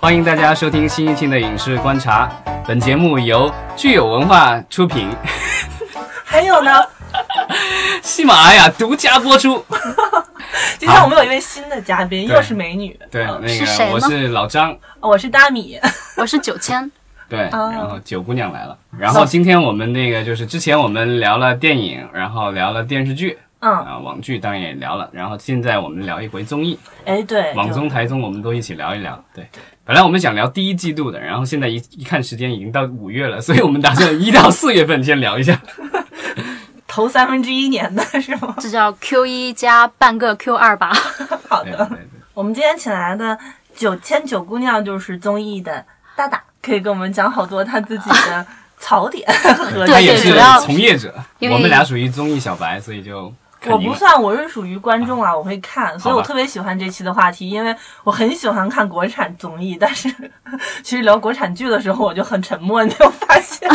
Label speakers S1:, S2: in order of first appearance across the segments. S1: 欢迎大家收听新一期的《影视观察》，本节目由具有文化出品，
S2: 还有呢，
S1: 喜马拉雅独家播出。
S2: 今天我们有一位新的嘉宾，
S1: 对
S2: 又是美女，
S1: 对，那
S3: 是谁
S1: 个
S3: 呢
S1: 我是老张，
S2: 我是大米，
S3: 我是九千，
S1: 对，
S3: 哦
S1: 然后九姑娘来了。然后今天我们那个就是之前我们聊了电影，然后聊了电视剧，
S2: 嗯，
S1: 啊、网剧当然也聊了，然后现在我们聊一回综艺，
S2: 哎，对，
S1: 网综、台综我们都一起聊一聊。对，本来我们想聊第一季度的，然后现在一一看时间已经到五月了，所以我们打算一到四月份先聊一下。
S2: 有头三分之一年的是吗？
S3: 这叫 Q 一加半个 Q 二吧。
S2: 好
S1: 对
S2: 的，
S1: 对对，
S2: 我们今天请来的九千九姑娘就是综艺的大大，可以跟我们讲好多她自己的 槽点和
S1: 他
S3: 对
S1: 也
S3: 对
S1: 是
S3: 主要
S1: 从业者，
S3: 因为
S1: 我们俩属于综艺小白，所以就肯
S2: 我
S1: 定
S2: 不算，我是属于观众啊，我会看，所以
S1: 好
S2: 我
S1: 吧
S2: 特别喜欢这期的话题，因为我很喜欢看国产综艺，但是 其实聊国产剧的时候我就很沉默，你没有 发现？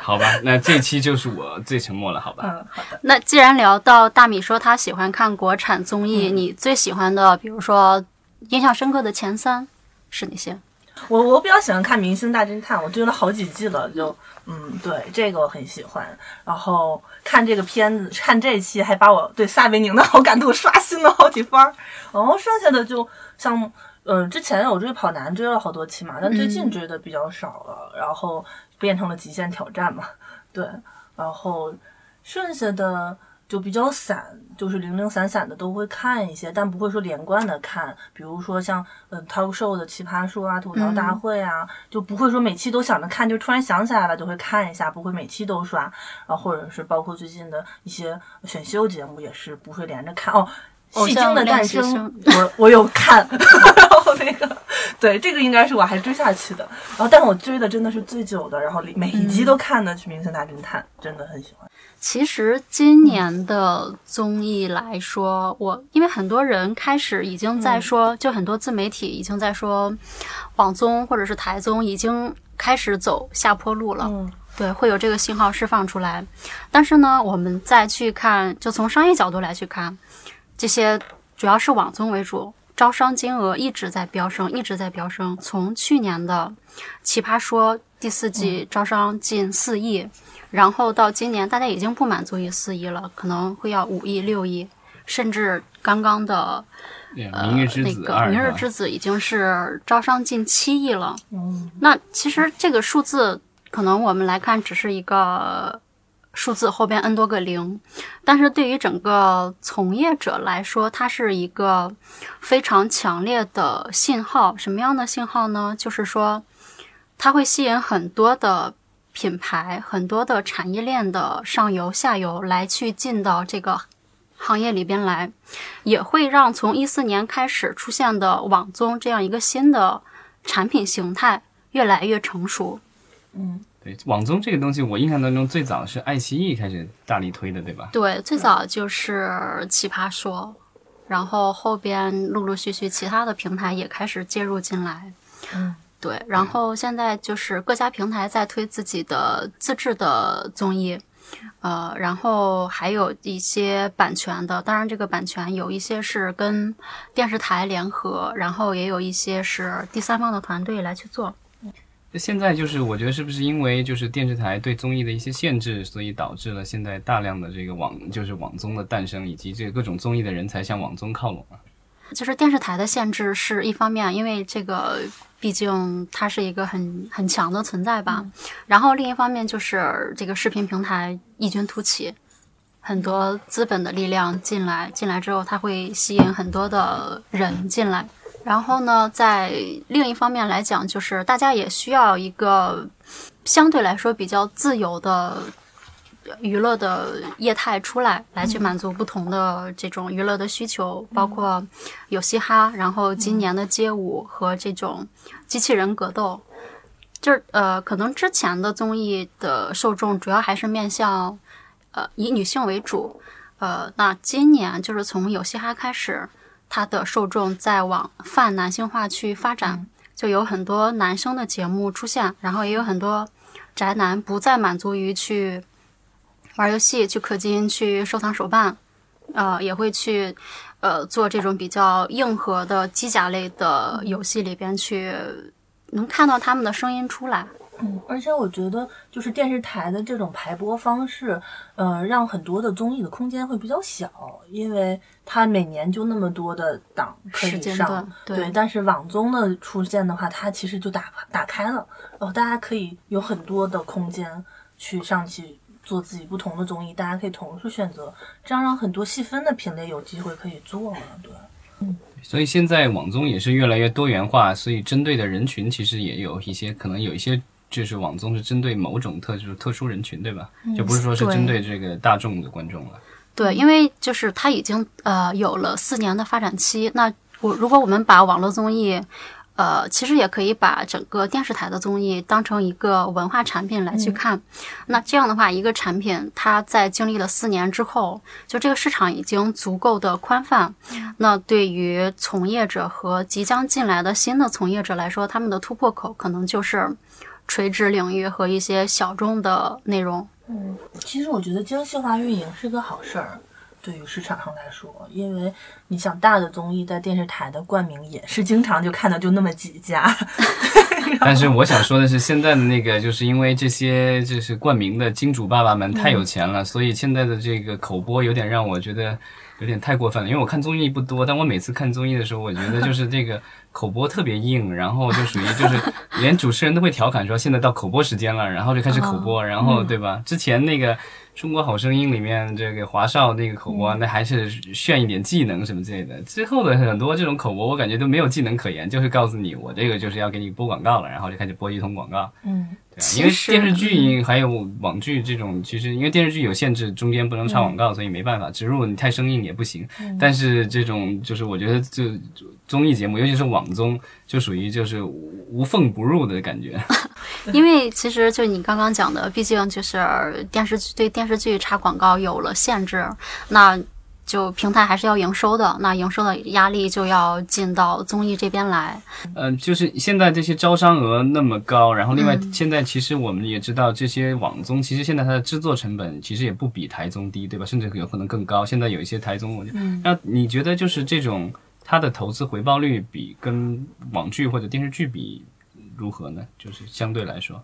S1: 好吧。那这期就是我最沉默了，好吧？
S2: 嗯，好的，
S3: 那既然聊到大米说他喜欢看国产综艺，你最喜欢的，比如说印象深刻的前三是哪些？
S2: 我我比较喜欢看《明星大侦探》，我追了好几季了，就嗯，对这个我很喜欢。然后看这个片子，看这期还把我对撒贝宁的好感度刷新了好几番儿。然后剩下的就像，呃，之前我追《跑男》追了好多期嘛，但最近追的比较少了，然后变成了《极限挑战》嘛，对，然后剩下的。就比较散，就是零零散散的都会看一些，但不会说连贯的看。比如说像嗯 talk show 的《奇葩说》啊，《吐槽大
S3: 嗯
S2: 会》啊，就不会说每期都想着看，就突然想起来了就会看一下，不会每期都刷。然后或者是包括最近的一些选秀节目也是不会连着看哦。
S3: 偶
S2: 戏精的
S3: 像练
S2: 诞
S3: 习
S2: 生，我我有看， 然后那个，对，这个应该是我还追下去的。然后，但是我追的真的是最久的，然后每一
S3: 嗯
S2: 集都看的是《明星大侦探》，真的很喜欢。
S3: 其实今年的综艺来说，我因为很多人开始已经在说，就很多自媒体已经在说，网综或者是台综已经开始走下坡路了。
S2: 嗯
S3: 对，会有这个信号释放出来。但是呢，我们再去看，就从商业角度来去看，这些主要是网综为主，招商金额一直在飙升，一直在飙升。从去年的《奇葩说》第四季招商近四亿，然后到今年，大家已经不满足于四亿了，可能会要五亿、六亿，甚至刚刚的
S1: 对明日之
S3: 呃那
S1: 子
S3: 个
S1: 二
S3: 《
S1: 是
S3: 明日
S1: 吧
S3: 之子》已经是招商近七亿了。
S2: 嗯，
S3: 那其实这个数字，可能我们来看只是一个数字后边 n 多个零，但是对于整个从业者来说，它是一个非常强烈的信号。什么样的信号呢？就是说，它会吸引很多的品牌、很多的产业链的上游、下游来去进到这个行业里边来，也会让从一四年开始出现的网综这样一个新的产品形态越来越成熟。
S1: 对，网综这个东西，我印象当中最早是爱奇艺开始大力推的，对吧？
S3: 对，最早就是《奇葩说》，然后后边陆陆续续其他的平台也开始介入进来。
S2: 嗯，
S3: 对，然后现在就是各家平台在推自己的自制的综艺。呃，然后还有一些版权的，当然这个版权有一些是跟电视台联合，然后也有一些是第三方的团队来去做。
S1: 那现在就是，我觉得是不是因为就是电视台对综艺的一些限制，所以导致了现在大量的这个网就是网综的诞生，以及这个各种综艺的人才向网综靠拢啊？
S3: 就是电视台的限制是一方面，因为这个毕竟它是一个很很强的存在吧。然后另一方面就是这个视频平台异军突起，很多资本的力量进来，进来之后它会吸引很多的人进来。然后呢，在另一方面来讲，就是大家也需要一个相对来说比较自由的娱乐的业态出来，来去满足不同的这种娱乐的需求，包括有嘻哈，然后今年的街舞和这种机器人格斗，就是呃，可能之前的综艺的受众主要还是面向呃以女性为主，呃，那今年就是从有嘻哈开始，它的受众在往泛男性化去发展，就有很多男生的节目出现，然后也有很多宅男不再满足于去玩游戏、去氪金、去收藏手办，呃，也会去呃做这种比较硬核的机甲类的游戏里边去能看到他们的声音出来。
S2: 嗯，而且我觉得就是电视台的这种排播方式，呃，让很多的综艺的空间会比较小，因为它每年就那么多的档可
S3: 时
S2: 以
S3: 间
S2: 上
S3: 段。对
S2: 但是网综的出现的话，它其实就打打开了，然后大家可以有很多的空间去上去做自己不同的综艺，大家可以同时选择，这样让很多细分的品类有机会可以做了。对，
S1: 所以现在网综也是越来越多元化，所以针对的人群其实也有一些，可能有一些就是网综是针对某种特就是特殊人群，对吧？就不是说是针对这个大众的观众了。
S3: 对，因为就是它已经呃有了四年的发展期。那我如果我们把网络综艺，呃，其实也可以把整个电视台的综艺当成一个文化产品来去看。那这样的话，一个产品它在经历了四年之后，就这个市场已经足够的宽泛。那对于从业者和即将进来的新的从业者来说，他们的突破口可能就是垂直领域和一些小众的内容。
S2: 其实我觉得精细化运营是个好事儿，对于市场上来说，因为你想大的综艺在电视台的冠名也是经常就看到就那么几家，
S1: 但是我想说的是，现在的那个就是因为这些就是冠名的金主爸爸们太有钱了，所以现在的这个口播有点让我觉得有点太过分了。因为我看综艺不多，但我每次看综艺的时候，我觉得就是这个口播特别硬，然后就属于就是连主持人都会调侃说现在到口播时间了，然后就开始口播，然后对吧？之前那个。中国好声音里面这个华少那个口播，
S3: 嗯
S1: 那还是炫一点技能什么之类的。之后的很多这种口播，我感觉都没有技能可言，就是告诉你我这个就是要给你播广告了，然后就开始播一通广告。
S2: 嗯，
S1: 对啊，因为
S3: 其实
S1: 电视剧还有网剧这种，其实因为电视剧有限制，中间不能插广
S3: 嗯
S1: 告，所以没办法植入你太生硬也不行。但是这种就是我觉得就就综艺节目，尤其是网综，就属于就是无无缝不入的感觉。
S3: 因为其实就你刚刚讲的，毕竟就是电视剧对电视剧插广告有了限制，那就平台还是要营收的，那营收的压力就要进到综艺这边来。
S1: 嗯，就是现在这些招商额那么高，然后另外
S2: 嗯
S1: 现在其实我们也知道，这些网综其实现在它的制作成本其实也不比台综低，对吧？甚至有可能更高。现在有一些台综，我觉得，
S2: 嗯
S1: 那你觉得就是这种它的投资回报率比跟网剧或者电视剧比如何呢？就是相对来说，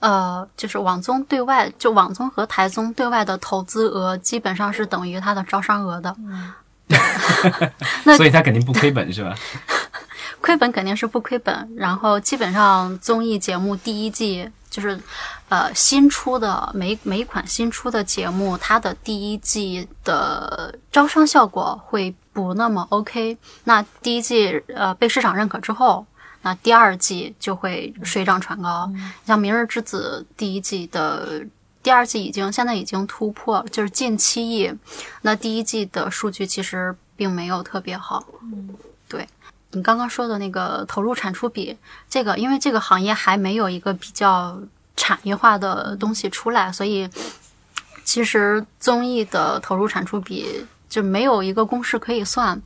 S3: 呃，就是网综对外，就网综和台综对外的投资额基本上是等于它的招商额的，那
S1: 所以它肯定不亏本是吧？
S3: 亏本肯定是不亏本。然后基本上综艺节目第一季就是，呃，新出的每每一款新出的节目，它的第一季的招商效果会不那么 OK。那第一季呃被市场认可之后。那第二季就会水涨船高，像《明日之子》第一季的第二季已经现在已经突破，就是近七亿。那第一季的数据其实并没有特别好，你刚刚说的那个投入产出比，这个因为这个行业还没有一个比较产业化的东西出来，所以其实综艺的投入产出比就没有一个公式可以算。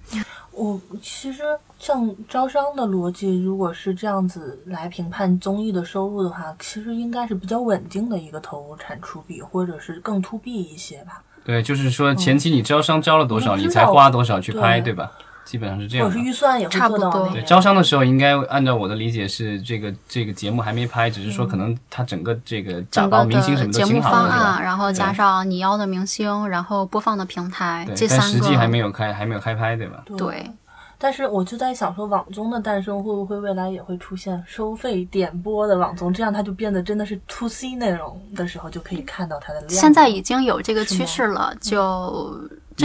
S2: 我其实像招商的逻辑，如果是这样子来评判综艺的收入的话，其实应该是比较稳定的一个投入产出比，或者是更 to B 一些吧，
S1: 对，就是
S2: 哦
S1: 说前期你招商招了多少，
S2: 嗯
S1: 你才花多少去拍，对
S2: 对
S1: 吧？基本上是这
S2: 或
S1: 样
S2: 者
S1: 的
S2: 是。预算也会
S3: 差不
S2: 做到
S3: 多
S2: 那
S1: 对
S2: 样
S1: 招商的时候，应该按照我的理解是，这个这个节目还没拍，只是说可能他整个这个打
S3: 整
S1: 包
S3: 个
S1: 明星什
S3: 的
S1: 么都
S3: 节目
S1: 请好
S3: 方
S1: 了，是吧
S3: 案，？然后加上你要的明星，然后播放的平台，这
S1: 对，但
S3: 三
S1: 实际还没
S3: 个
S1: 有开，还没有开拍，对
S2: 嗯
S1: 吧？
S3: 对。
S2: 但是我就在想说，网综的诞生会不会未来也会出现收费点播的网综？这样它就变得真的是 to C 内容的时候，就可以看到它的量。啊
S3: 现在已经有这个趋
S2: 吗
S3: 势了，
S1: 嗯
S3: 就这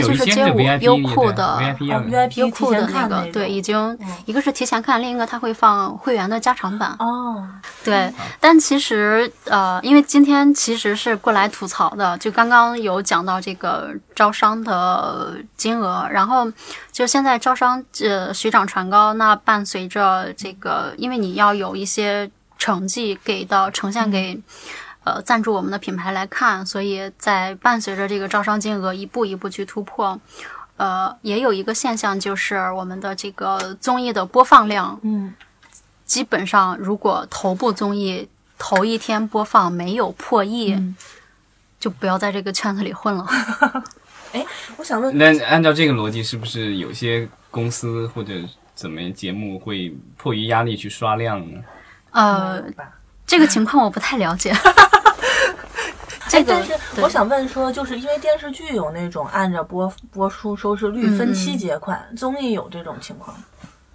S1: 有
S3: 就
S1: 一
S3: 是
S1: 些
S3: 街舞
S1: VIP
S3: 优酷的
S1: 也对
S2: 啊
S1: VIP 要
S2: VIP
S3: 优
S2: 提
S3: 酷
S2: 前
S3: 的
S2: 看嗯
S3: 个
S2: 种
S3: 对，已经一个是提前看，另一个它会放会员的加 长版。
S2: 哦，
S3: 对，但其实呃，因为今天其实是过来吐槽的，就刚刚有讲到这个招商的金额，然后就现在招商呃水涨船高，那伴随着这个，因为你要有一些成绩给到呈现给。呃，赞助我们的品牌来看，所以在伴随着这个招商金额一步一步去突破，呃，也有一个现象就是我们的这个综艺的播放量
S2: 嗯，
S3: 基本上如果头部综艺头一天播放没有破亿，
S2: 嗯
S3: 就不要在这个圈子里混了。
S2: 我想问，
S1: 那按照这个逻辑，是不是有些公司或者怎么节目会迫于压力去刷量呢？
S3: 呃
S2: 没有，吧
S3: 这个情况我不太 了解。这
S2: 哎，
S3: 个
S2: 但是
S3: 对
S2: 我想问说，就是因为电视剧有那种按照播播出收视率
S3: 嗯
S2: 分期结款，综艺有这种情况。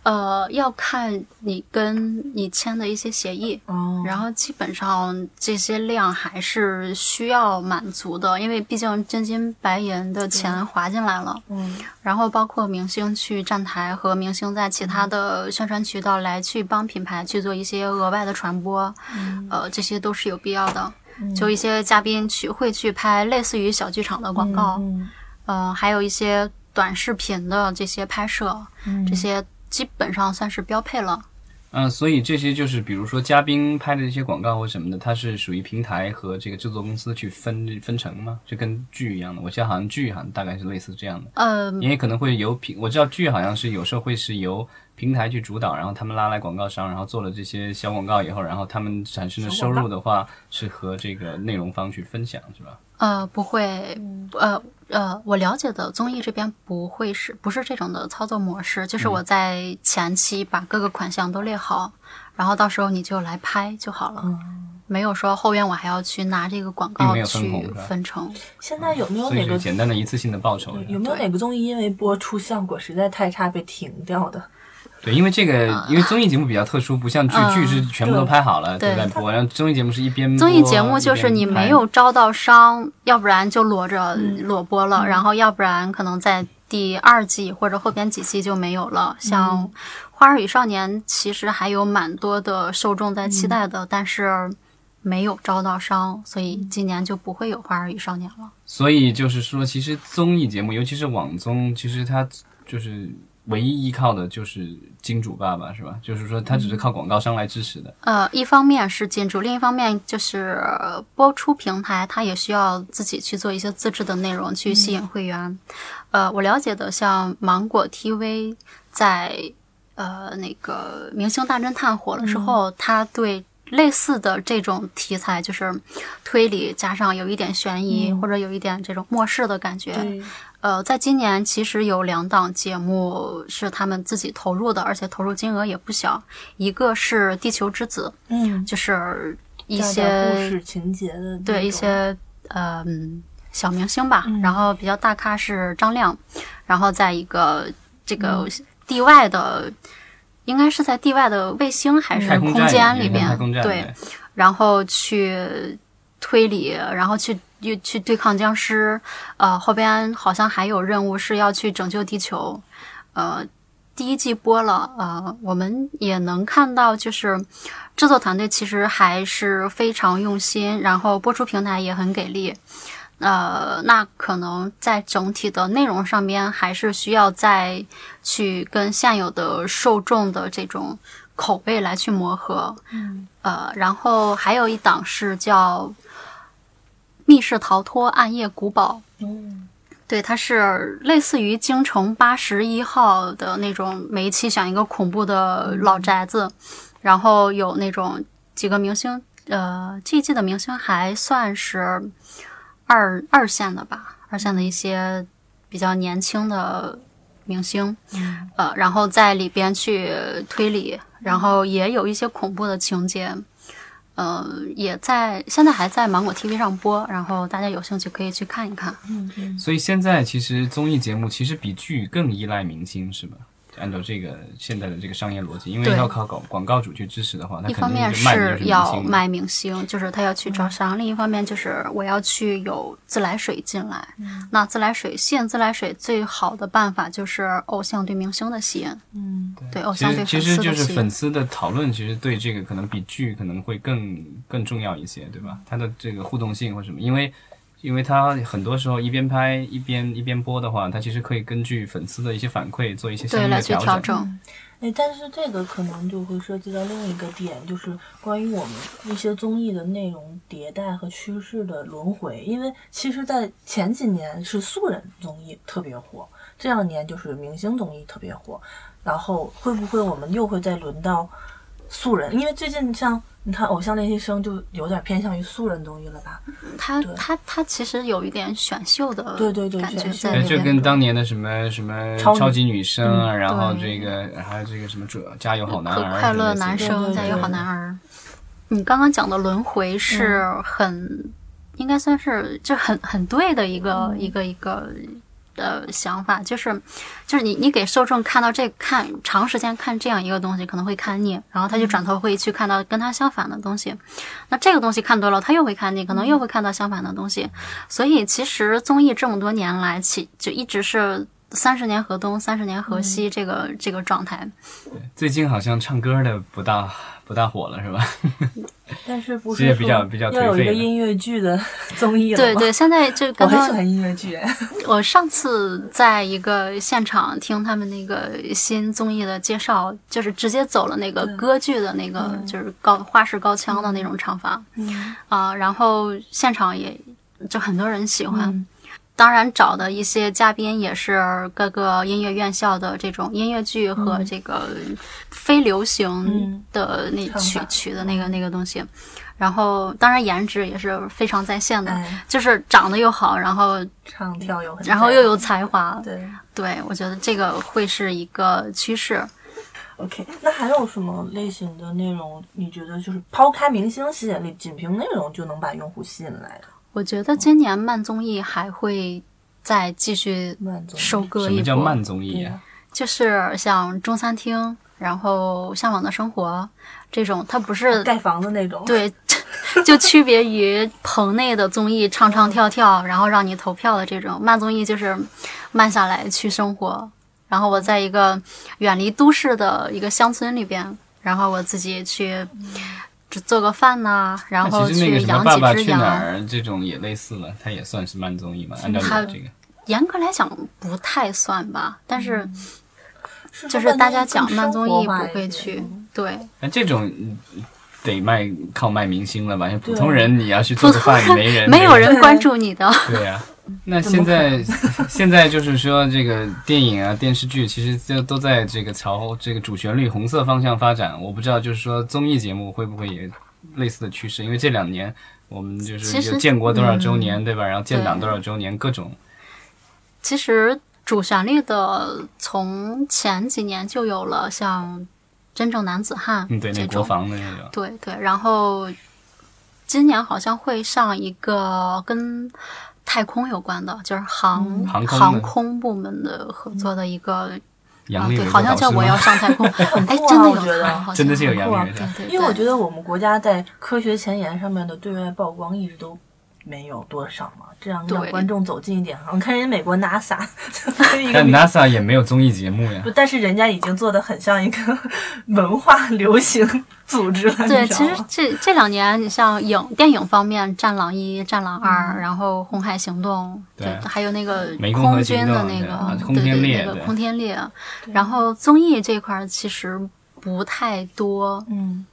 S3: 呃，要看你跟你签的一些协议，
S2: 哦
S3: 然后基本上这些量还是需要满足的，因为毕竟真金白银的钱划进来了。
S2: 嗯，
S3: 然后包括明星去站台和明星在其
S2: 嗯
S3: 他的宣传渠道来去帮品牌去做一些额外的传播，
S2: 嗯
S3: 呃，这些都是有必要的。就一些嘉宾去会去拍类似于小剧场的广告，
S2: 嗯
S3: 呃，还有一些短视频的这些拍摄，
S2: 嗯
S3: 这些基本上算是标配了。
S1: 嗯，所以这些就是比如说嘉宾拍的这些广告或什么的，它是属于平台和这个制作公司去分分成吗？就跟剧一样的，我记得好像剧好像大概是类似这样的，
S3: 呃，
S1: 因为可能会由平，我知道剧好像是有时候会是由平台去主导，然后他们拉来广告商，然后做了这些小广告以后，然后他们产生的收入的话是和这个内容方去分享，是吧？
S3: 呃，不会，呃呃，我了解的综艺这边不会是不是这种的操作模式，就是
S1: 嗯
S3: 我在前期把各个款项都列好，然后到时候你就来拍就好了，没有说后院我还要去拿这个广
S1: 嗯并
S3: 告
S1: 没有分红
S3: 去
S1: 是吧
S3: 分成。
S2: 现在
S3: 嗯
S2: 有没有
S1: 所以
S2: 哪
S1: 就
S2: 个
S1: 是简单的一次性的报酬。是吧
S2: 有没有哪个综艺因为播出效果实在太差被停掉的？
S1: 对，因为这个，因为综艺节目比较特殊，不像剧，剧是全部都拍好了
S3: 啊对
S1: 都在播，然后综艺节目是一边播
S3: 综艺节目就是你没有招到商，要不然就裸着裸播了，然后要不然可能在第二季或者后边几季就没有了。像《花儿与少年》，其实还有蛮多的受众在期待的，但是没有招到商，所以今年就不会有《花儿与少年》了。
S1: 所以就是说，其实综艺节目，尤其是网综，其实它就是唯一依靠的就是金主爸爸，是吧？就是说，它只是靠广告商来支持的。
S3: 呃，一方面是金主，另一方面就是呃播出平台，它也需要自己去做一些自制的内容去吸引会员。呃，我了解的，像芒果 TV 在呃那个《明星大侦探》火了之后，它对类似的这种题材，就是推理加上有一点悬疑、或者有一点这种末世的感觉，呃，在今年其实有两档节目是他们自己投入的，而且投入金额也不小。一个是《地球之子
S2: 嗯》，，
S3: 就是一
S2: 一故
S3: 些
S2: 事情节的那
S3: 对一
S2: 种
S3: 些嗯、小明星吧，然后比较大咖是张亮，然后在一个这个地外的，应该是在地外的卫星还是
S1: 太空站
S3: 嗯间
S1: 也有
S3: 里
S1: 一个
S3: 边
S1: 太空站
S3: 对，然后去推理，然后去又去对抗僵尸。呃，后边好像还有任务是要去拯救地球。呃，第一季播了，呃，我们也能看到，就是制作团队其实还是非常用心，然后播出平台也很给力。呃，那可能在整体的内容上面，还是需要再去跟现有的受众的这种口味来去磨合。呃，然后还有一档是叫《密室逃脱：暗夜古堡》。
S2: 嗯
S3: 对，它是类似于京城八十一号的那种，每一期选一个恐怖的老宅子，然后有那种几个明星，呃，这一季的明星还算是二二线的吧，二线的一些比较年轻的明星，呃，然后在里边去推理，然后也有一些恐怖的情节。呃，也在现在还在芒果 TV 上播，然后大家有兴趣可以去看一看。
S1: 所以现在其实综艺节目其实比剧更依赖明星，是吧？按照这个现在的这个商业逻辑，因为
S3: 对
S1: 要靠广广告主去支持的话，它
S3: 一
S1: 肯
S3: 方
S1: 定
S3: 面
S1: 就卖的嗯就是明
S3: 要
S1: 星嘛。
S3: 卖明星，就是他要去招商；另一方面就是我要去有自来水进来。
S1: 嗯
S3: 那自来水吸引自来水最好的办法就是偶像对明星的吸引，
S2: 嗯，
S3: 对偶
S1: 其
S3: 像对
S1: 实其
S3: 粉
S1: 实
S3: 丝
S1: 就
S3: 的
S1: 是
S3: 吸
S1: 粉
S3: 引。
S1: 丝的讨论，其实对这个可能比剧可能会更更重要一些，对吧？它的这个互动性或什么，因为因为它很多时候一边拍一边一边播的话，它其实可以根据粉丝的一些反馈做一些相
S3: 对，
S1: 应的
S3: 来去
S1: 调
S3: 调
S1: 整。
S3: 整。
S2: 哎，但是这个可能就会涉及到另一个点，就是关于我们一些综艺的内容迭代和趋势的轮回。因为其实，在前几年是素人综艺特别火，这两年就是明星综艺特别火，然后会不会我们又会再轮到素人，因为最近像你看《偶像练习生》就有点偏向于素人综艺了吧？
S3: 他
S2: 对
S3: 他他其实有一点选秀的
S2: 对对对
S3: 感觉
S2: 选秀
S3: 在
S1: 哎，
S3: 里
S1: 就
S3: 面。
S1: 跟当年的什么什么
S2: 超女
S1: 超级女声啊，然后
S3: 嗯对
S1: 这个还有这个什么准加油好男
S3: 和
S1: 儿，
S3: 快乐男
S1: 男
S3: 生
S2: 对
S3: 加
S2: 对
S3: 油好
S2: 对
S3: 男儿。你刚刚讲的轮回是很，应该算是就很很对的一个、一个一个呃想法，就是就是你你给受众看到这看长时间看这样一个东西可能会看腻，然后他就转头会去看到跟他相反的东西，那这个东西看多了他又会看腻，可能又会看到相反的东西，所以其实综艺这么多年来起就一直是。三十年河东，三十年河西，这个这个状态，
S1: 最近好像唱歌的不大不大火了，是吧？
S2: 但是不
S1: 这
S2: 是
S1: 也比较比较
S2: 要有
S1: 颓
S2: 一
S1: 废
S2: 个
S1: 了
S2: 音乐剧的 综艺了
S3: 对
S2: 吗
S3: 对，，现在就
S2: 我
S3: 刚
S2: 很
S3: 刚
S2: 喜欢音乐 剧，
S3: 我上次在一个现场听他们那个新综艺的介绍，就是直接走了那个歌剧的那个，
S2: 嗯
S3: 就是高花式高腔的那种唱法啊、然后现场也就很多人喜欢。
S2: 嗯
S3: 当然，找的一些嘉宾也是各个音乐院校的这种音乐剧和这个非流行
S2: 嗯
S3: 的那
S2: 唱
S3: 曲
S2: 法嗯
S3: 曲的那个那个东西，然后当然颜值也是非常在线的，
S2: 哎，
S3: 就是长得又好，然后
S2: 唱跳又很，
S3: 然后
S1: 啊
S3: 又有才华，
S2: 对
S3: 对我觉得这个会是一个趋势。
S2: ，OK，那还有什么类型的内容？你觉得就是抛开明星吸引力，仅凭内容就能把用户吸引来的？
S3: 我觉得今年慢综艺还会再继续
S2: 慢综艺
S3: 收割
S1: 什
S3: 一
S1: 么叫慢
S3: 波，
S1: 综艺啊？
S3: 就是像中餐厅，然后向往的生活这种，它不是
S2: 盖房子那种，，
S3: 对，就区别于棚内的综艺唱唱跳跳，然后让你投票的这种慢综艺，就是慢下来去生活。然后我在一个远离都市的一个乡村里边，然后我自己去只做个饭呐、然
S1: 那
S3: 后
S1: 其实那
S3: 去
S1: 个什么
S3: 养
S1: 《爸爸
S3: 几只
S1: 去哪
S3: 羊。
S1: 儿》这种也类似了，它也算是慢综艺嘛，按照
S3: 它
S1: 你的这个。
S3: 严格来讲不太算吧，但是
S2: 嗯是
S3: 就
S2: 说
S3: 是大家
S2: 慢综
S3: 讲
S2: 更
S3: 慢
S2: 生
S3: 综
S2: 活
S3: 艺
S2: 化
S3: 不
S2: 一
S3: 会
S2: 些
S3: 去，对。
S1: 但这种嗯得卖靠卖明星了吧？因为普
S2: 对
S1: 通人你要去做个饭，没人
S3: 没有人
S2: 对
S3: 关注你的，
S1: 对 呀、那现在现在就是说，这个电影啊、电视剧其实就都在这个朝这个主旋律红色方向发展。我不知道，就是说综艺节目会不会也类似的趋势？因为这两年我们就
S3: 其
S1: 是
S3: 实嗯
S1: 有建国多少周年，对吧？然后建党多少周年，各种
S3: 其实主旋律的从前几年就有了，像《真正男子汉》
S1: 嗯，对，那
S3: 这
S1: 国
S3: 种，
S1: 防的那种，
S3: 对对，然后今年好像会上一个跟太空有关的，就是航、
S2: 嗯
S1: 航空的嗯
S3: 航空部门的合作的一个、啊，
S1: 杨丽
S3: 对，
S1: 伟
S3: 好
S1: 做
S3: 像
S1: 导
S3: 叫
S1: 师
S3: 我要
S1: 吗？
S3: 上太空，哎，
S2: 酷啊
S3: 真的
S2: 我觉
S3: 有
S2: 得
S3: 他，好像
S1: 真的是有杨
S3: 酷啊
S1: 丽伟
S3: 对
S1: 的
S3: 对对，
S2: 因为我觉得我们国家在科学前沿上面的对外曝光一直都没有多少嘛，这样让
S3: 对
S2: 观众走近一点。我看人美 国 NASA 就是一个
S1: 但
S2: 明
S1: NASA 也没有综艺节目呀
S2: 不，。但是人家已经做的很像一个 文化流行组织 了，
S3: 对，
S2: 你知道
S3: 其实
S2: 吗？
S3: 这这两年，你像影电影方面，《战狼一》《战狼二》，然后《红海行动》，
S1: 嗯对
S3: 还有那个
S1: 湄公河
S3: 空
S1: 行
S3: 军的
S1: 动
S3: 那
S1: 对啊
S3: 个，
S1: 空
S3: 对
S1: 天
S3: 对，
S1: 猎
S3: 那个
S1: 对
S3: 空天猎。然后综艺这块儿其实不太多，
S2: 嗯，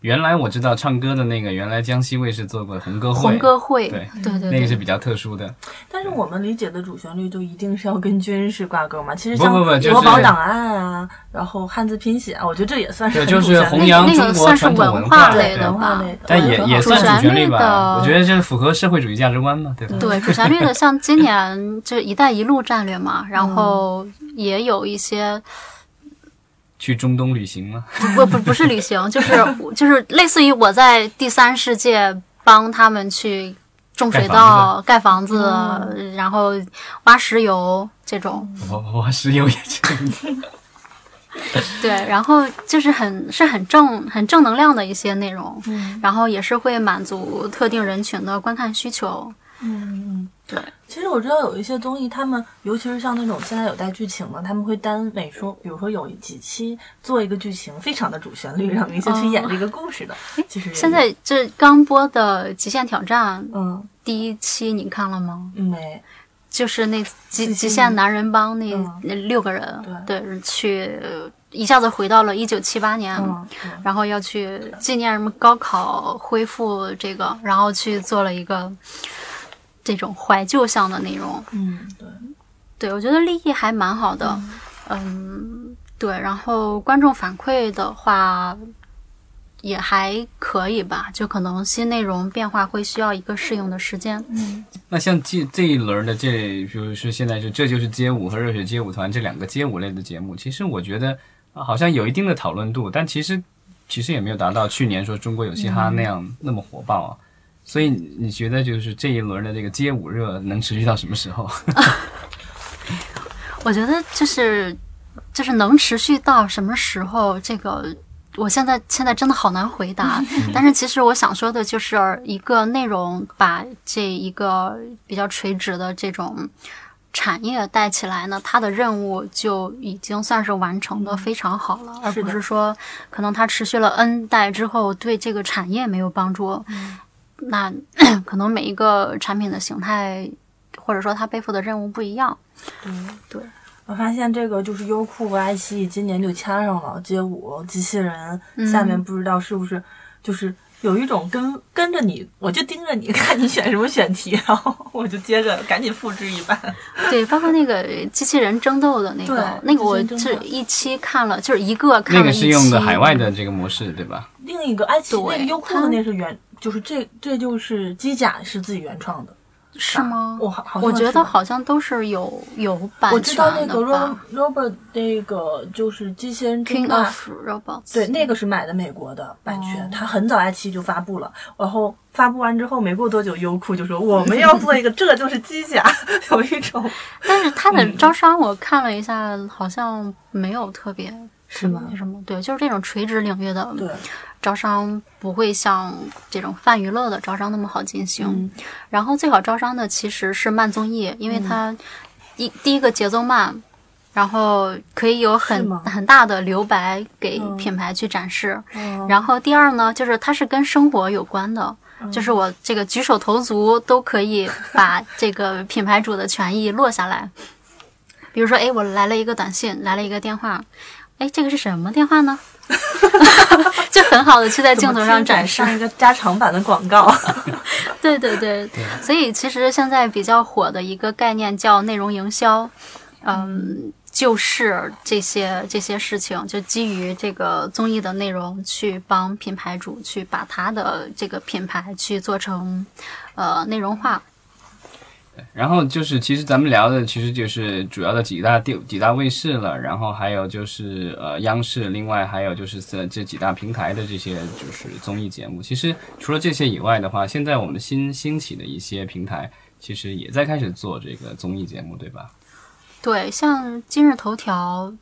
S1: 原来我知道唱歌的那个，原来江西卫视做过红歌会，
S3: 红歌会，
S1: 对
S3: 对
S1: 那个是
S3: 对，
S1: 比较特殊的。
S2: 但是我们理解的主旋律就一定是要跟军事挂钩嘛？其实
S1: 不
S2: 像
S1: 不不就是
S2: 国宝档案啊，然后汉字拼写啊，我觉得这也算是
S1: 对，
S2: 很
S1: 就
S2: 主旋
S1: 是
S2: 律
S1: 弘扬
S3: 那个
S1: 中国
S3: 算是
S1: 传统
S3: 文
S1: 文
S3: 化
S1: 化
S3: 类
S1: 对
S3: 的
S2: 文化
S3: 吧
S2: 类的，
S1: 但也也算主旋律
S3: 主旋
S1: 吧，
S3: 律的
S1: 我觉得这符合社会主义价值观嘛，对吧？
S3: 对主旋律的，像今年这“一带一路”战略嘛，
S1: 嗯
S3: 然后也有一些
S1: 去中东旅行嘛，
S3: 不不不是旅行， 就是就是类似于我在第三世界帮他们去种水稻、盖房子，
S2: 嗯
S3: 呃然后挖石油这种。
S1: 我我石油也这样子。
S3: 对，然后就是很是很正很正能量的一些内容，
S2: 嗯
S3: 然后也是会满足特定人群的观看需求。
S2: 嗯其实我知道有一些综艺，他们尤其是像那种现在有带剧情的，他们会单每说，比如说有几期做一个剧情，非常的主旋律，让明星去演这个故事的。其实也有
S3: 哦现在这刚播的《极限挑战》
S2: 嗯
S3: 第一期你看了吗？
S2: 没
S3: 就是那极
S2: 极
S3: 极
S2: 限
S3: 限男人帮那
S2: 嗯
S3: 那六个人，
S2: 对
S3: 对，去一下子回到了一九七八年，
S2: 嗯嗯
S3: 然后要去纪念什么高考恢复这个，然后去做了一个这种怀旧向的内容。
S2: 嗯对
S3: 对我觉得立意还蛮好的，嗯对。然后观众反馈的话，也还可以吧，就可能新内容变化会需要一个适应的时间。
S1: 那像这这一轮的这，比如说现在就这就是街舞和热血街舞团这两个街舞类的节目，其实我觉得啊好像有一定的讨论度，但其实其实也没有达到去年说中国有嘻哈那样、那么火爆啊。所以你你觉得就是这一轮的这个街舞热能持续到什么时候？
S3: 我觉得就是就是能持续到什么时候？这个我现在现在真的好难回 答。但是其实我想说的就是一个内容把这一个比较垂直的这种。产业带起来呢，它的任务就已经算是完成的非常好了，
S2: 嗯
S3: 而
S2: 是
S3: 不
S2: 的
S3: 是说可能它持续了 N 代之后对这个产业没有帮助。
S2: 嗯
S3: 那 可能每一个产品的形态，或者说它背负的任务不一样。
S2: 我发现这个就是优酷和爱奇艺今年就掐上了街舞、机器人，
S3: 嗯
S2: 下面不知道是不是就是有一种跟跟着你，我就盯着你 看你选什么选题，然后我就接着赶紧复制一版。
S3: 对，包括那个机器人争斗的那个
S2: 对，
S3: 那个我
S2: 机器
S3: 是
S2: 人争斗
S3: 一期看了，就是一个看
S1: 那
S3: 了
S1: 个
S3: 一期。
S1: 是用的海外的这个模式对吧？
S2: 另一个爱奇艺那
S3: 对
S2: 个优酷的
S3: 它
S2: 那是原，就是这这就是机甲是自己原创的，
S3: 是吗？
S2: 我好好像
S3: 我觉
S2: 是吧
S3: 得好像都是有有版
S2: 我知
S3: 权的
S2: 道
S3: 吧。
S2: 那个 Rob Robert 那个就是机器人争
S3: King
S2: 霸
S3: of Robots。
S2: 对，那个是买的美国的版
S3: 哦
S2: 权，它很早爱奇艺就发布了，然后发布完之后没过多久，优酷就说我们要做一个，这就是机甲， 有一 种
S3: 但是它
S1: 嗯
S3: 的招商我看了一下，好像没有特别
S2: 是吗
S3: 那？什么。对，就是这种垂直领域的
S2: 对，
S3: 招商不会像这种泛娱乐的招商那么好进行。
S2: 嗯
S3: 然后最好招商的其实是慢综艺，因为它一、第一个节奏慢，然后可以有
S2: 是
S3: 很
S2: 吗
S3: 很大的留白给
S2: 嗯
S3: 品牌去展示。
S2: 嗯
S3: 然后第二呢，就是它是跟生活有关的。就是我这个举手投足都可以把这个品牌主的权益落下来，比如说，哎，我来了一个短信，来了一个电话，哎，这个是什么电话呢？ 就很好的去在镜头上展示。
S2: 上一个加长版的广告，
S3: 对对对，所以其实现在比较火的一个概念叫内容营销，嗯，就是这些这些事情，就基于这个综艺的内容去帮品牌主去把他的这个品牌去做成呃内容化。
S1: 然后就是，其实咱们聊的其实就是主要的几大电几大卫视了，然后还有就是呃央视，另外还有就是这这几大平台的这些就是综艺节目。其实除了这些以外的话，现在我们新兴起的一些平台，其实也在开始做这个综艺节目，对吧？
S3: 对，像今日头条，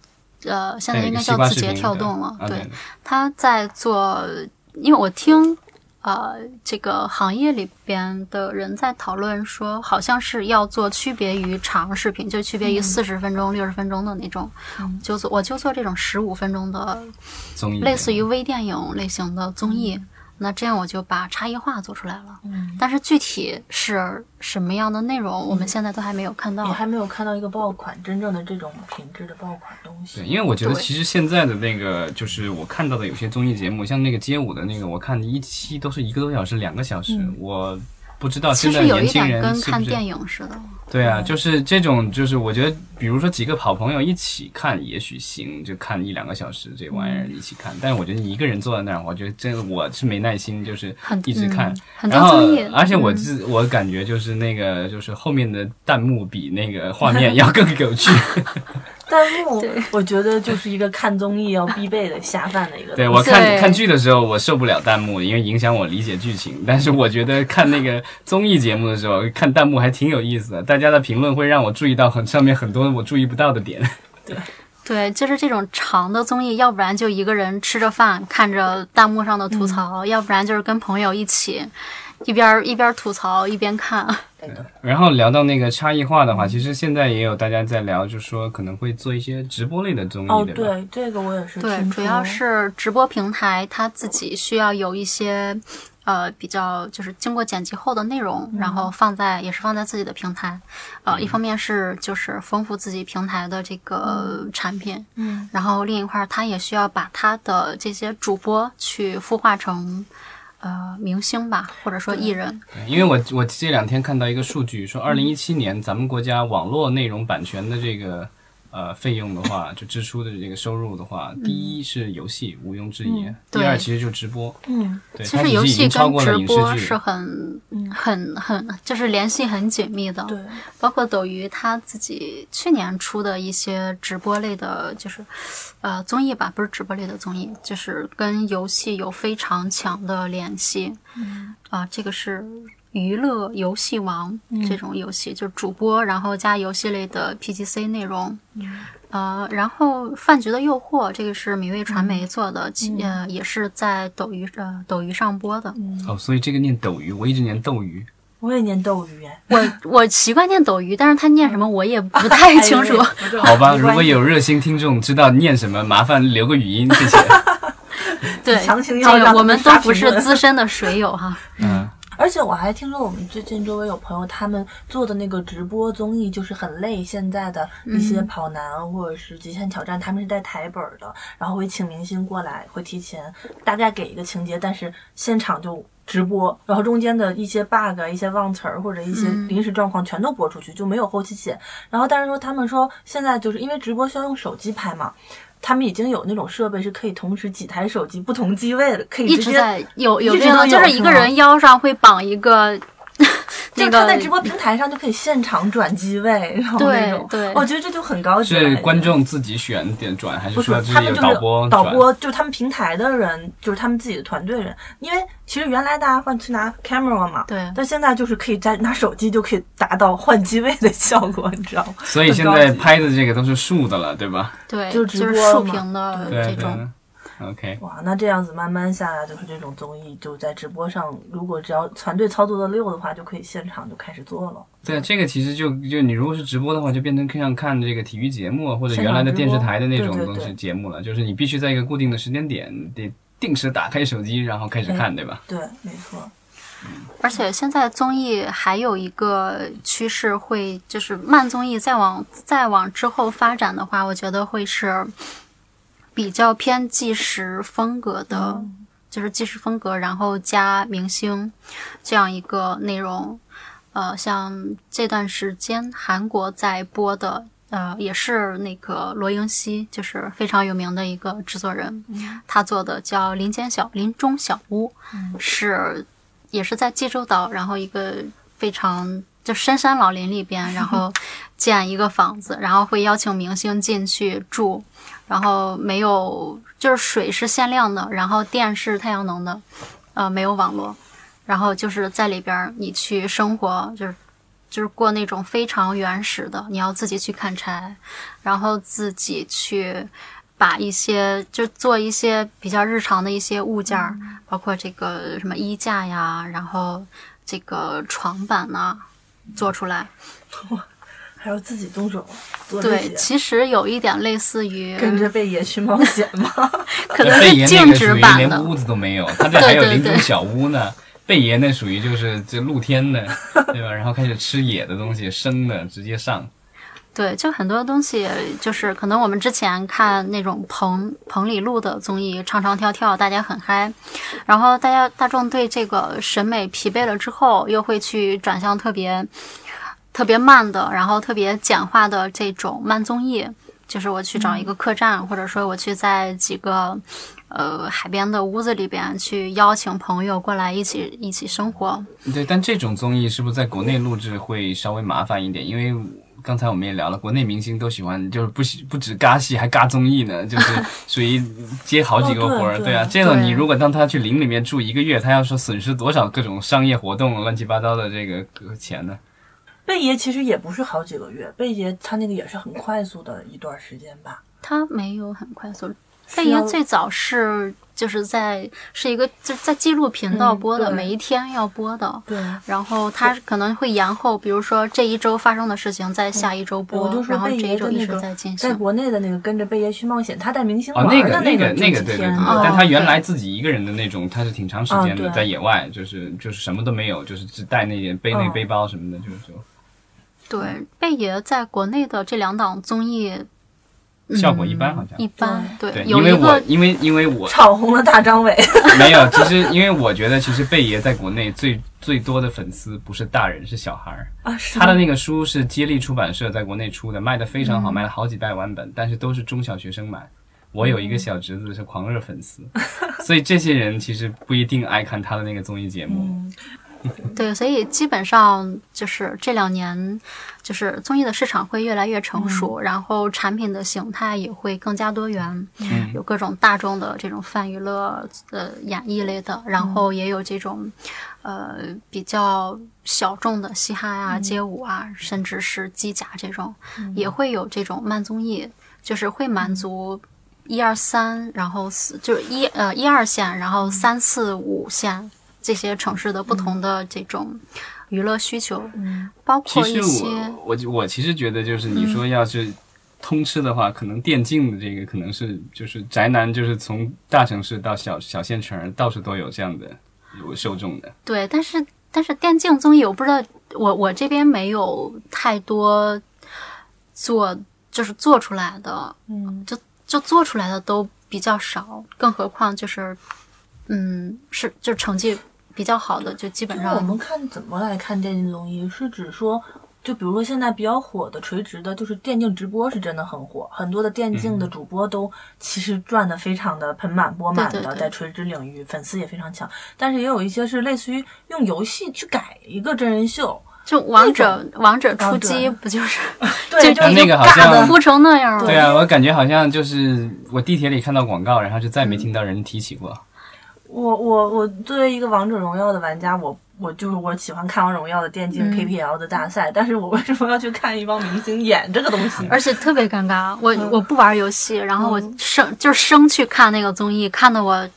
S3: 呃，现在应该
S1: 西
S3: 叫
S1: 瓜
S3: 字
S1: 视
S3: 节
S1: 频
S3: 跳
S1: 对
S3: 动了，
S1: 啊、
S3: 对
S1: 对，
S3: 他在做，因为我听呃这个行业里边的人在讨论说，好像是要做区别于长视频，就区别
S1: 嗯
S3: 于四十分钟、六十、分钟的那种，就做我就做这种十五分钟的，
S1: 综艺节目
S3: 类似于微电影类型的综艺。
S1: 嗯
S3: 那这样我就把差异化做出来了，但是具体是什么样的内容，
S1: 嗯
S3: 我们现在都还没有看
S2: 也
S3: 到。
S2: 还没有看到一个爆款，真正的这种品质的爆款东西。
S1: 对，因为我觉得
S3: 对
S1: 其实现在的那个，就是我看到的有些综艺节目，像那个街舞的那个，我看一期都是一个多小时、两个小时，我不知道
S3: 嗯其
S1: 啊现在
S3: 实有
S1: 年
S3: 一
S1: 轻
S3: 点
S1: 人
S3: 跟
S1: 是
S3: 看
S1: 不是
S3: 电影似的，
S1: 对啊，就是这种，就是我觉得，比如说几个好朋友一起看，也许行，就看一两个小时这玩意儿一起看。但是我觉得你一个人坐在那儿，我觉得真我是没耐心，就是
S3: 很
S1: 一直看
S3: 嗯。很多
S1: 然后
S3: 综艺，，
S1: 而且我
S3: 嗯
S1: 自、我感觉就是那个，就是后面的弹幕比那个画面要更有 趣。
S2: 弹幕
S3: 对，
S2: 我觉得就是一个看综艺要必备的下饭的一个。
S1: 对我看
S3: 对
S1: 看剧的时候，我受不了弹幕，因为影响我理解剧情。但是我觉得看那个综艺节目的时候，看弹幕还挺有意思的，大家的评论会让我注意到很上面很多我注意不到的点。
S3: 对，就是这种长的综艺，要不然就一个人吃着饭看着弹幕上的吐槽，要不然就是跟朋友一起一边儿一边儿吐槽一边看。
S1: 然后聊到那个差异化的话，其实现在也有大家在聊，就说可能会做一些直播类的综艺，
S2: 哦，
S1: 对吧？
S2: 对，这个我也是
S3: 对，
S2: 听
S3: 主要
S2: 说
S3: 是直播平台它自己需要有一些呃比较就是经过剪辑后的内容，然后放在也是放在自己的平台。呃，一方面是就是丰富自己平台的这个产品，
S2: 嗯，
S3: 然后另一块儿它也需要把它的这些主播去孵化成。呃，明星吧，或者说艺人，
S1: 因为我我
S3: 嗯
S1: 这两天看到一个数据，说二零一七年咱们国家网络内容版权的这个呃费用的话，就支出的这个收入的话，第一是游戏，毋庸置疑；第
S3: 嗯对
S1: 二其实就直播，
S2: 嗯，
S1: 对，
S3: 其
S1: 它
S3: 实
S1: 已
S3: 游
S1: 经已
S3: 戏
S1: 经超
S3: 跟
S1: 过了嗯
S3: 直
S1: 影
S3: 播
S1: 视
S3: 是
S1: 剧。
S3: 很、很很，就是联系很紧密的。
S2: 对，
S3: 包括斗鱼他自己去年出的一些直播类的，就是呃综艺吧，不是直播类的综艺，就是跟游戏有非常强的联系。嗯，啊、这个是娱乐游戏王、这种游戏，就是主播，然后加游戏类的 PGC 内容。呃，然后《饭局的诱惑》这个是米未传媒做的，其呃，也是在斗鱼呃斗鱼上播的。
S1: 哦，所以这个念斗鱼，我一直念斗鱼。
S2: 我也念斗鱼，哎
S3: 我我习惯念斗鱼，但是他念什么我也不太清楚。
S1: 好吧，
S2: 没关 系
S1: 如果有热心听众知道念什么，麻烦留个语 音，谢谢。
S3: 对，
S2: 强行要
S3: 这个
S2: 让
S3: 我
S2: 他
S3: 们
S2: 们
S3: 都
S2: 刷
S3: 不
S2: 评
S3: 是
S2: 论
S3: 资深的水 友哈。
S1: 嗯，
S2: 而且我还听说我们最近周围有朋友他们做的那个直播综艺，就是很类现在的一些
S3: 嗯
S2: 跑男或者是极限挑战，他们是带台本儿的，然后会请明星过来，会提前大概给一个情节，但是现场就。直播，然后中间的一些 bug 啊、一些忘词儿或者一些
S3: 嗯
S2: 临时状况全都播出去，就没有后期剪。然后但是说他们说现在就是因为直播需要用手机拍嘛，他们已经有那种设备是可以同时几台手机不同机位的，可以
S3: 一
S2: 直
S3: 直
S2: 接
S3: 在有有
S2: 一直
S3: 这
S2: 都
S3: 个，就
S2: 有
S3: 是
S2: 是
S3: 一个
S2: 吗
S3: 人腰上会绑一个
S2: 就
S3: 那
S2: 是他
S3: 个
S2: 在直播平台上就可以现场转机位，然后那
S3: 对
S2: 种，
S3: 对
S2: 我觉得这就很高级了。已
S1: 是
S2: 经
S1: 观众自己选点转，还是
S2: 不是
S1: 说就
S2: 他
S1: 是有
S2: 们就是
S1: 导播
S2: 导
S1: 转？
S2: 播，就是他们平台的人，就是他们自己的团队人。因为其实原来大家换去拿 camera 嘛，
S3: 对
S2: 但现在就是可以在拿手机就可以达到换机位的效果，你知道吗？
S1: 所以
S2: 很
S1: 现
S2: 高
S1: 在
S2: 级
S1: 拍的这个都是竖的了，对吧？
S3: 对，
S2: 就直
S3: 就是
S2: 播
S3: 竖
S2: 嘛
S3: 屏的
S1: 对
S3: 嗯这
S1: 对
S3: 种。
S1: 对 OK，
S2: 哇，那这样子慢慢下来，就是这种综艺就在直播上，如果只要团队操作的溜的话，就可以现场就开始做了。
S1: 对，这个其实就就你如果是直播的话，就变成像看这个体育节目啊或者
S2: 现
S1: 原
S2: 场
S1: 来的
S2: 直
S1: 电视
S2: 播
S1: 台的那
S2: 对
S1: 种
S2: 对
S1: 东西
S2: 对
S1: 节目了，就是你必须在一个固定的时间点得定时打开手机，然后开始
S2: 哎
S1: 看，对吧？
S2: 对，没错，
S3: 而且现在综艺还有一个趋势会，就是慢综艺再往再往之后发展的话，我觉得会是比较偏纪实风格的，就是纪实风格，然后加明星这样一个内容。呃，像这段时间韩国在播的，呃，也是那个罗英熙，就是非常有名的一个制作人，他做的叫《林间小林中小屋》，是也是在济州岛，然后一个非常就深山老林里边，然后建一个房子，然后会邀请明星进去住，然后没有就是水是限量的，然后电是太阳能的，呃，没有网络，然后就是在里边儿你去生活，就是就是过那种非常原始的，你要自己去砍柴，然后自己去。把一些就做一些比较日常的一些物件儿，包括这个什么衣架呀，然后这个床板呐、做出来。
S2: 还要自己动手做这
S3: 对，
S2: 些，
S3: 其实有一点类似于，
S2: 跟着被野区 冒险吗？
S3: 可
S1: 这
S3: 能
S1: 贝
S3: 是
S1: 爷那
S3: 静
S1: 个属
S3: 止
S1: 于
S3: 版
S1: 连
S3: 的。
S1: 屋子都没有，他这还
S3: 对
S1: 有
S3: 对
S1: 林中
S3: 对
S1: 小屋呢。贝爷那属于就是这露天的，对吧？然后开始吃野的东西，生的直接上。
S3: 对，就很多东西，就是可能我们之前看那种彭彭里路的综艺，唱唱跳跳，大家很嗨，然后大家大众对这个审美疲惫了之后，又会去转向特别特别慢的，然后特别简化的这种慢综艺，就是我去找一个客栈，或者说我去在几个呃海边的屋子里边去邀请朋友过来一起一起生活。
S1: 对，但这种综艺是不是在国内录制会稍微麻烦一点？因为刚才我们也聊了，国内明星都喜欢，就是不喜不止嘎戏，还嘎综艺呢，就是 属于接好几个
S2: 哦对
S1: 活儿。
S2: 对
S1: 啊，这种
S3: 对
S1: 你如果让他去林里面住一个月，他要说损失多少各种商业活动乱七八糟的这个呃钱呢？
S2: 贝爷其实也不是好几个月，贝爷他那个也是很快速的一段时间吧。
S3: 它没有很快速。
S2: 是
S3: 贝爷
S2: 要
S3: 最早是就是在是一个就是在记录频道
S2: 嗯
S3: 播的，
S2: 对
S3: 每一天要播的。
S2: 对，
S3: 然后它可能会延后，比如说这一周发生的事情，在下一周
S2: 嗯
S3: 播
S2: 我就，说
S3: 然后
S2: 贝
S3: 这一
S2: 爷
S3: 周
S2: 的
S3: 一
S2: 那
S3: 直
S2: 个
S3: 在进
S2: 在
S3: 行。
S2: 国内的那个跟着贝爷去冒险，他带明星
S1: 哦，
S2: 玩
S1: 那
S2: 儿的
S1: 个那
S2: 个
S1: 个那个，
S2: 就几
S1: 对对
S2: 天
S1: 对，
S2: 啊
S3: 哦
S1: 但他原
S3: 对
S1: 来自己一个人的那种，他是挺长时间的，
S2: 啊对
S1: 在野外，就是就是什么都没有，就是只带那点背那个
S2: 嗯
S1: 背包什么的，就是说。
S3: 对，贝爷在国内的这两档综艺
S2: 嗯
S3: 嗯
S1: 效果一般，好像
S3: 一般对
S1: 对，
S3: 有
S1: 因
S3: 一
S1: 为我
S3: 个
S1: 因为因为我
S2: 炒红了大张伟。
S1: 没有，其实因为我觉得其实贝爷在国内最最多的粉丝不是大人是小孩
S3: 嗯
S1: 儿，
S2: 啊，是
S1: 他的那个书是接力出版社在国内出的，卖的非
S3: 嗯
S1: 常好，卖了好几百万本，但是都是中小学生买。我有一个小侄子是狂热粉丝，
S3: 嗯
S1: 所以这些人其实不一定爱看他的那个综艺节
S3: 嗯
S1: 目。
S3: 对，所以基本上就是这两年，就是综艺的市场会越来越成熟，然后产品的形态也会更加多元，
S1: 嗯
S3: 有各种大众的这种泛娱乐、呃演艺类的，然后也有这种呃比较小众的嘻哈呀、街舞啊，甚至是机甲这种，也会有这种慢综艺，就是会满足。一二三，然后四就是一呃一二线，然后三四五线这些城市的不同的这种娱乐需求，包
S1: 其
S3: 括
S1: 实
S3: 一些嗯
S1: 我我我其实觉得就是你说要是通吃的话，可能电竞的这个可能是就是宅男，就是从大城市到小小县城，到处都有这样的有受众的。
S3: 对，但是但是电竞综艺我不知道，我我这边没有太多做就是做出来的，
S2: 嗯，
S3: 就就做出来的都比较少，更何况就是嗯是就成绩比较好的就基本
S2: 那我
S3: 上
S2: 们看怎么来看电竞综艺？是指说，就比如说现在比较火的垂直的，就是电竞直播是真的很火，很多的电竞
S3: 嗯
S2: 的主播都其实赚的非常的盆满钵满的，
S3: 对对对
S2: 在垂直领域粉丝也非常强。但是也有一些是类似于用游戏去改一个真人秀，
S3: 就王者王者
S2: 哦
S3: 出
S2: 对
S3: 击不就是
S2: 对，就
S3: 就
S2: 是
S1: 啊那
S2: 一
S1: 个好
S2: 尬
S1: 像
S2: 的。
S3: 哭成那样了？
S1: 对啊，我感觉好像就是我地铁里看到广告，然后就再没听到人提起过。
S2: 我我我作为一个王者荣耀的玩家，我我就是我喜欢看王者荣耀的电竞
S3: 嗯
S2: KPL 的大赛，但是我为什么要去看一帮明星演这个东西呢？
S3: 而且特别尴尬。我、我不玩游戏，然后我生、就是生去看那个综艺，看的我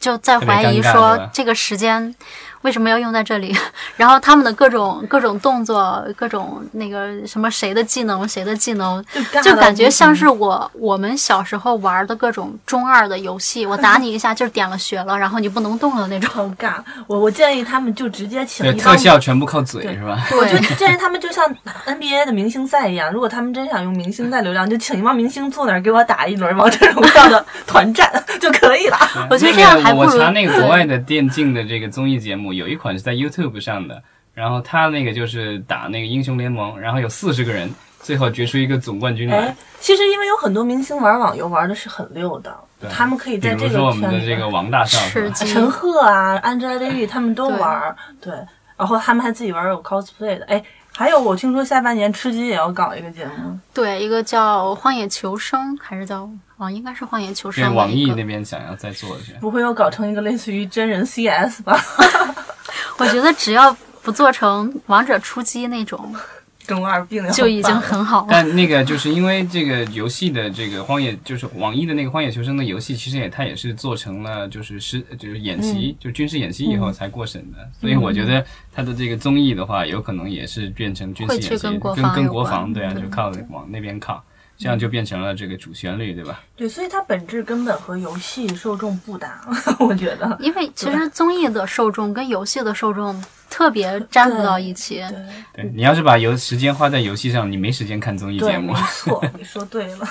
S3: 就在怀疑
S1: 特别尴尬对
S3: 说
S1: 吧
S3: 这个时间为什么要用在这里？ 然后他们的各种各种动作，各种那个什么谁的技能谁的技能，
S2: 就尬
S3: 就
S2: 到
S3: 感觉
S2: 不
S3: 像
S2: 行
S3: 是我我们小时候玩的各种中二的游戏，我打你一下就是点了血了，然后你不能动了那种。
S2: 好尬，我我建议他们就直接请
S1: 对，
S2: 一帮
S1: 特效全部靠嘴
S2: 对
S1: 是吧？
S2: 我就
S3: 对，
S2: 建议他们就像 NBA 的明星赛一样，如果他们真想用明星带流量，就请一帮明星坐那儿给我打一轮王者 荣耀的团战就可以了。
S3: 我觉得这
S1: 那
S3: 样
S1: 个
S3: 还不
S1: 我
S3: 如
S1: 查那个国外的电竞的这个综艺节目，有一款是在 YouTube 上的，然后他那个就是打那个英雄联盟，然后有四十个人，最后决出一个总冠军来
S2: 哎。，其实因为有很多明星玩网游玩的是很溜的，
S1: 对
S2: 他们可以
S1: 比
S2: 在
S1: 如
S2: 这
S1: 说
S2: 个
S1: 我们
S2: 圈
S1: 的
S2: 里
S1: 这
S2: 边
S1: 个王大少是
S3: 吃
S1: 吧，
S3: 鸡
S2: 陈赫啊、Angelababy 他们都玩儿，对，然后他们还自己玩儿有 cosplay 的，哎。还有，我听说下半年吃鸡也要搞一个节目，
S3: 对一个叫《荒野求生》还是叫哦，应该是《荒野求生
S1: 对》
S3: 的
S1: 网
S3: 一
S1: 易
S3: 个
S1: 那边想要再做的是。
S2: 不会又搞成一个类似于真人 CS 吧？
S3: 我觉得只要不做成《王者出击》那种，
S2: 中二病也
S3: 就已经
S2: 好办
S3: 很好了。
S1: 但那个就是因为这个游戏的这个荒野，就是网易的那个荒野求生的游戏，其实也它也是做成了就是师就是演
S3: 嗯
S1: 习，就军事演习以后才过审的，所以我觉得它的这个综艺的话，有可能也是变成军事演
S3: 会去
S1: 习，
S3: 跟国
S1: 跟
S3: 防
S1: 跟
S3: 有
S1: 国防
S3: 关
S1: 对啊，
S3: 对
S1: 就靠往那边靠，这样就变成了这个主旋律，对吧？
S2: 对，所以它本质根本和游戏受众不搭， 我觉得。
S3: 因为其实综艺的受众跟游戏的受众特别粘不到一起，
S2: 对
S3: 嗯
S1: 对你要是把游时间花在游戏上，你没时间看综艺节
S2: 对，没
S1: 目。
S2: 错，你说对了。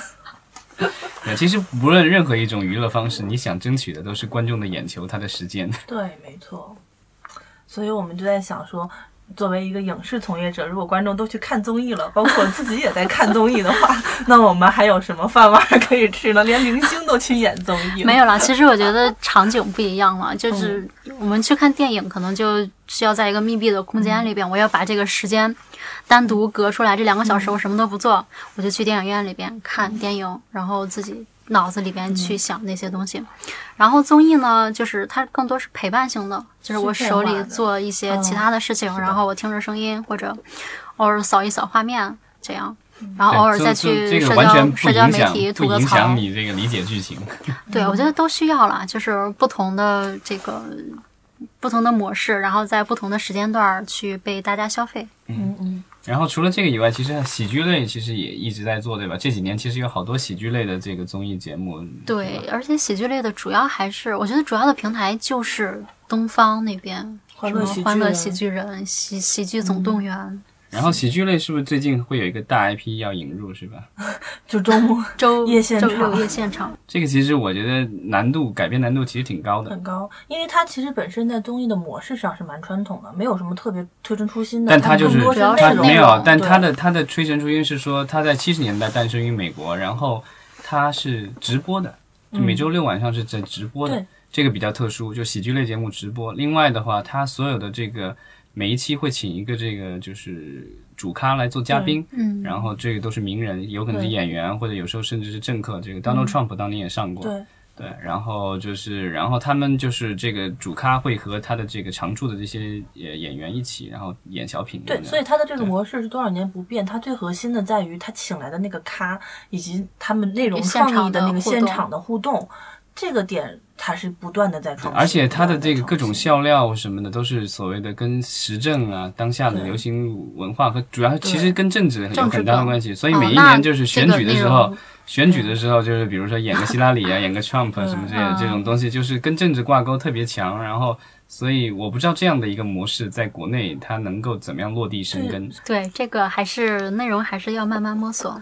S1: 对，其实无论任何一种娱乐方式，你想争取的都是观众的眼球，他的时间。
S2: 对，没错。所以我们就在想说，作为一个影视从业者，如果观众都去看综艺了，包括自己也在看综艺的话， 那我们还有什么饭碗儿可以吃呢？连明星都去演综艺了，
S3: 没有啦。其实我觉 得场景不一样了，就是我们去看电影，可能就是要在一个密闭的空间里边，我要把这个时间单独隔出来，这两个小时我什么都不做，我就去电影院里边看电影，然后自己脑子里边去想那些东西。然后综艺呢，就是它更多是陪伴性的，就是我手
S2: 是陪
S3: 里
S2: 伴的
S3: 做一些其他的事情，然后我听着声音或者偶尔扫一扫画面这样，然后
S1: 对
S3: 偶尔
S1: 就
S3: 再
S1: 就
S3: 去
S1: 这个
S3: 社
S1: 完全
S3: 交
S1: 不
S3: 社交
S1: 影
S3: 媒
S1: 响，
S3: 体
S1: 不
S3: 吐个
S1: 影
S3: 槽
S1: 响。你这个理解剧情。
S3: 对，
S2: 嗯
S3: 我觉得都需要啦，就是不同的这个不同的模式，然后在不同的时间段儿去被大家消费。
S2: 嗯
S1: 然后除了这个以外，其实喜剧类其实也一直在做，对吧？这几年其实有好多喜剧类的这个综艺节目。
S3: 对
S1: 吧，
S3: 而且喜剧类的主要还是，我觉得主要的平台就是东方那边，
S2: 欢
S3: 什
S2: 乐
S3: 么
S2: 喜剧啊
S3: 欢乐
S2: 人嗯
S3: 喜剧人、喜喜剧总动员，
S1: 然后喜剧类是不是最近会有一个大 IP 要引入，是吧？
S2: 就周末
S3: 周
S2: 夜现
S3: 周
S2: 场
S3: 六夜现场，
S1: 这个其实我觉得难度改编难度其实挺高的，
S2: 很高，因为它其实本身在综艺的模式上是蛮传统的，没有什么特别推陈出新的。
S1: 但
S2: 它
S1: 他就是
S2: 更多是
S3: 主要
S1: 他
S2: 内容
S1: 没有，但
S2: 对
S1: 他的他的推陈出新是说他在七十年代诞生于美国，然后他是直播的，就每周六晚上是在直播的，
S2: 嗯对
S1: 这个比较特殊，就喜剧类节目直播。另外的话，他所有的这个每一期会请一个这个就是主咖来做嘉宾，
S3: 嗯，
S1: 然后这个都是名人，有可能是
S2: 对嗯
S1: 演员，或者有时候甚至是政客。这个 Donald Trump 当年也上过，
S2: 对
S1: 对，然后就是，然后他们就是这个主咖会和他的这个常驻的这些演演员一起，然后演小品这样
S2: 对，
S1: 的。
S2: 所以它的这个
S1: 对
S2: 模式是多少年不变。它最核心的在于它请来的那个咖，以及他们内容
S3: 现场
S2: 创意的那
S3: 的
S2: 个
S3: 互
S2: 现
S3: 动
S2: 场的互动，这个点它是不断的在创新。
S1: 而且他的
S2: 不断地
S1: 这个各种
S2: 创新
S1: 笑料什么的，都是所谓的跟时政啊、当下的
S2: 对
S1: 流行文化和主要其实跟政治有
S3: 政治
S1: 很大的
S3: 梗
S1: 关系。所以
S3: 哦
S1: 每一
S3: 那
S1: 年就是选
S3: 这个
S1: 举的
S3: 内
S1: 时候
S3: 容，
S1: 选举的时候就是比如说演个希拉里啊、演个 Trump 啊什么之类的
S3: 嗯
S1: 这种东西，就是跟政治挂钩特别强。然后，所以我不知道这样的一个模式在国内它能够怎么样落地生根。
S3: 对这个还是内容还是要慢慢摸索。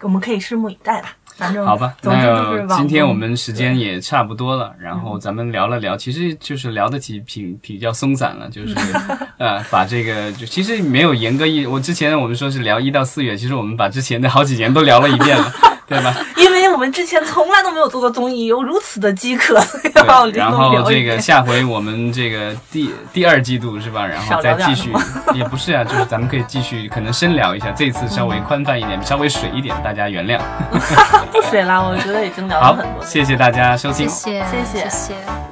S2: 我们可以拭目以待吧。反正
S1: 好吧，
S2: 嗯总之就是
S1: 那
S2: 网嗯
S1: 今天
S2: 红
S1: 我们时间也差不多了，然后咱们聊了聊，其实就是聊的挺挺比较松散了， 就是呃，把这个就其实没有严格一，我之前我们说是聊一到四月，其实我们把之前的好几年都聊了一遍 了，对吧？
S2: 因为我们之前从来都没有做过综艺，有如此的饥渴，所以 要
S1: 对，
S2: 聊
S1: 然
S2: 一
S1: 后
S2: 聊
S1: 这
S2: 一
S1: 个
S2: 遍
S1: 下回我们这个第第二季度是吧？然后
S2: 少
S1: 再
S2: 聊
S1: 继
S2: 点
S1: 续， 也不是啊，就是咱们可以继续，可能深聊一下，这次稍微宽泛一点，稍微水一点，大家原谅。
S2: 不水啦，我觉得已经聊了
S1: 好
S2: 很多，了。
S1: 谢谢大家收听。
S3: 谢谢，
S2: 谢谢
S3: 谢谢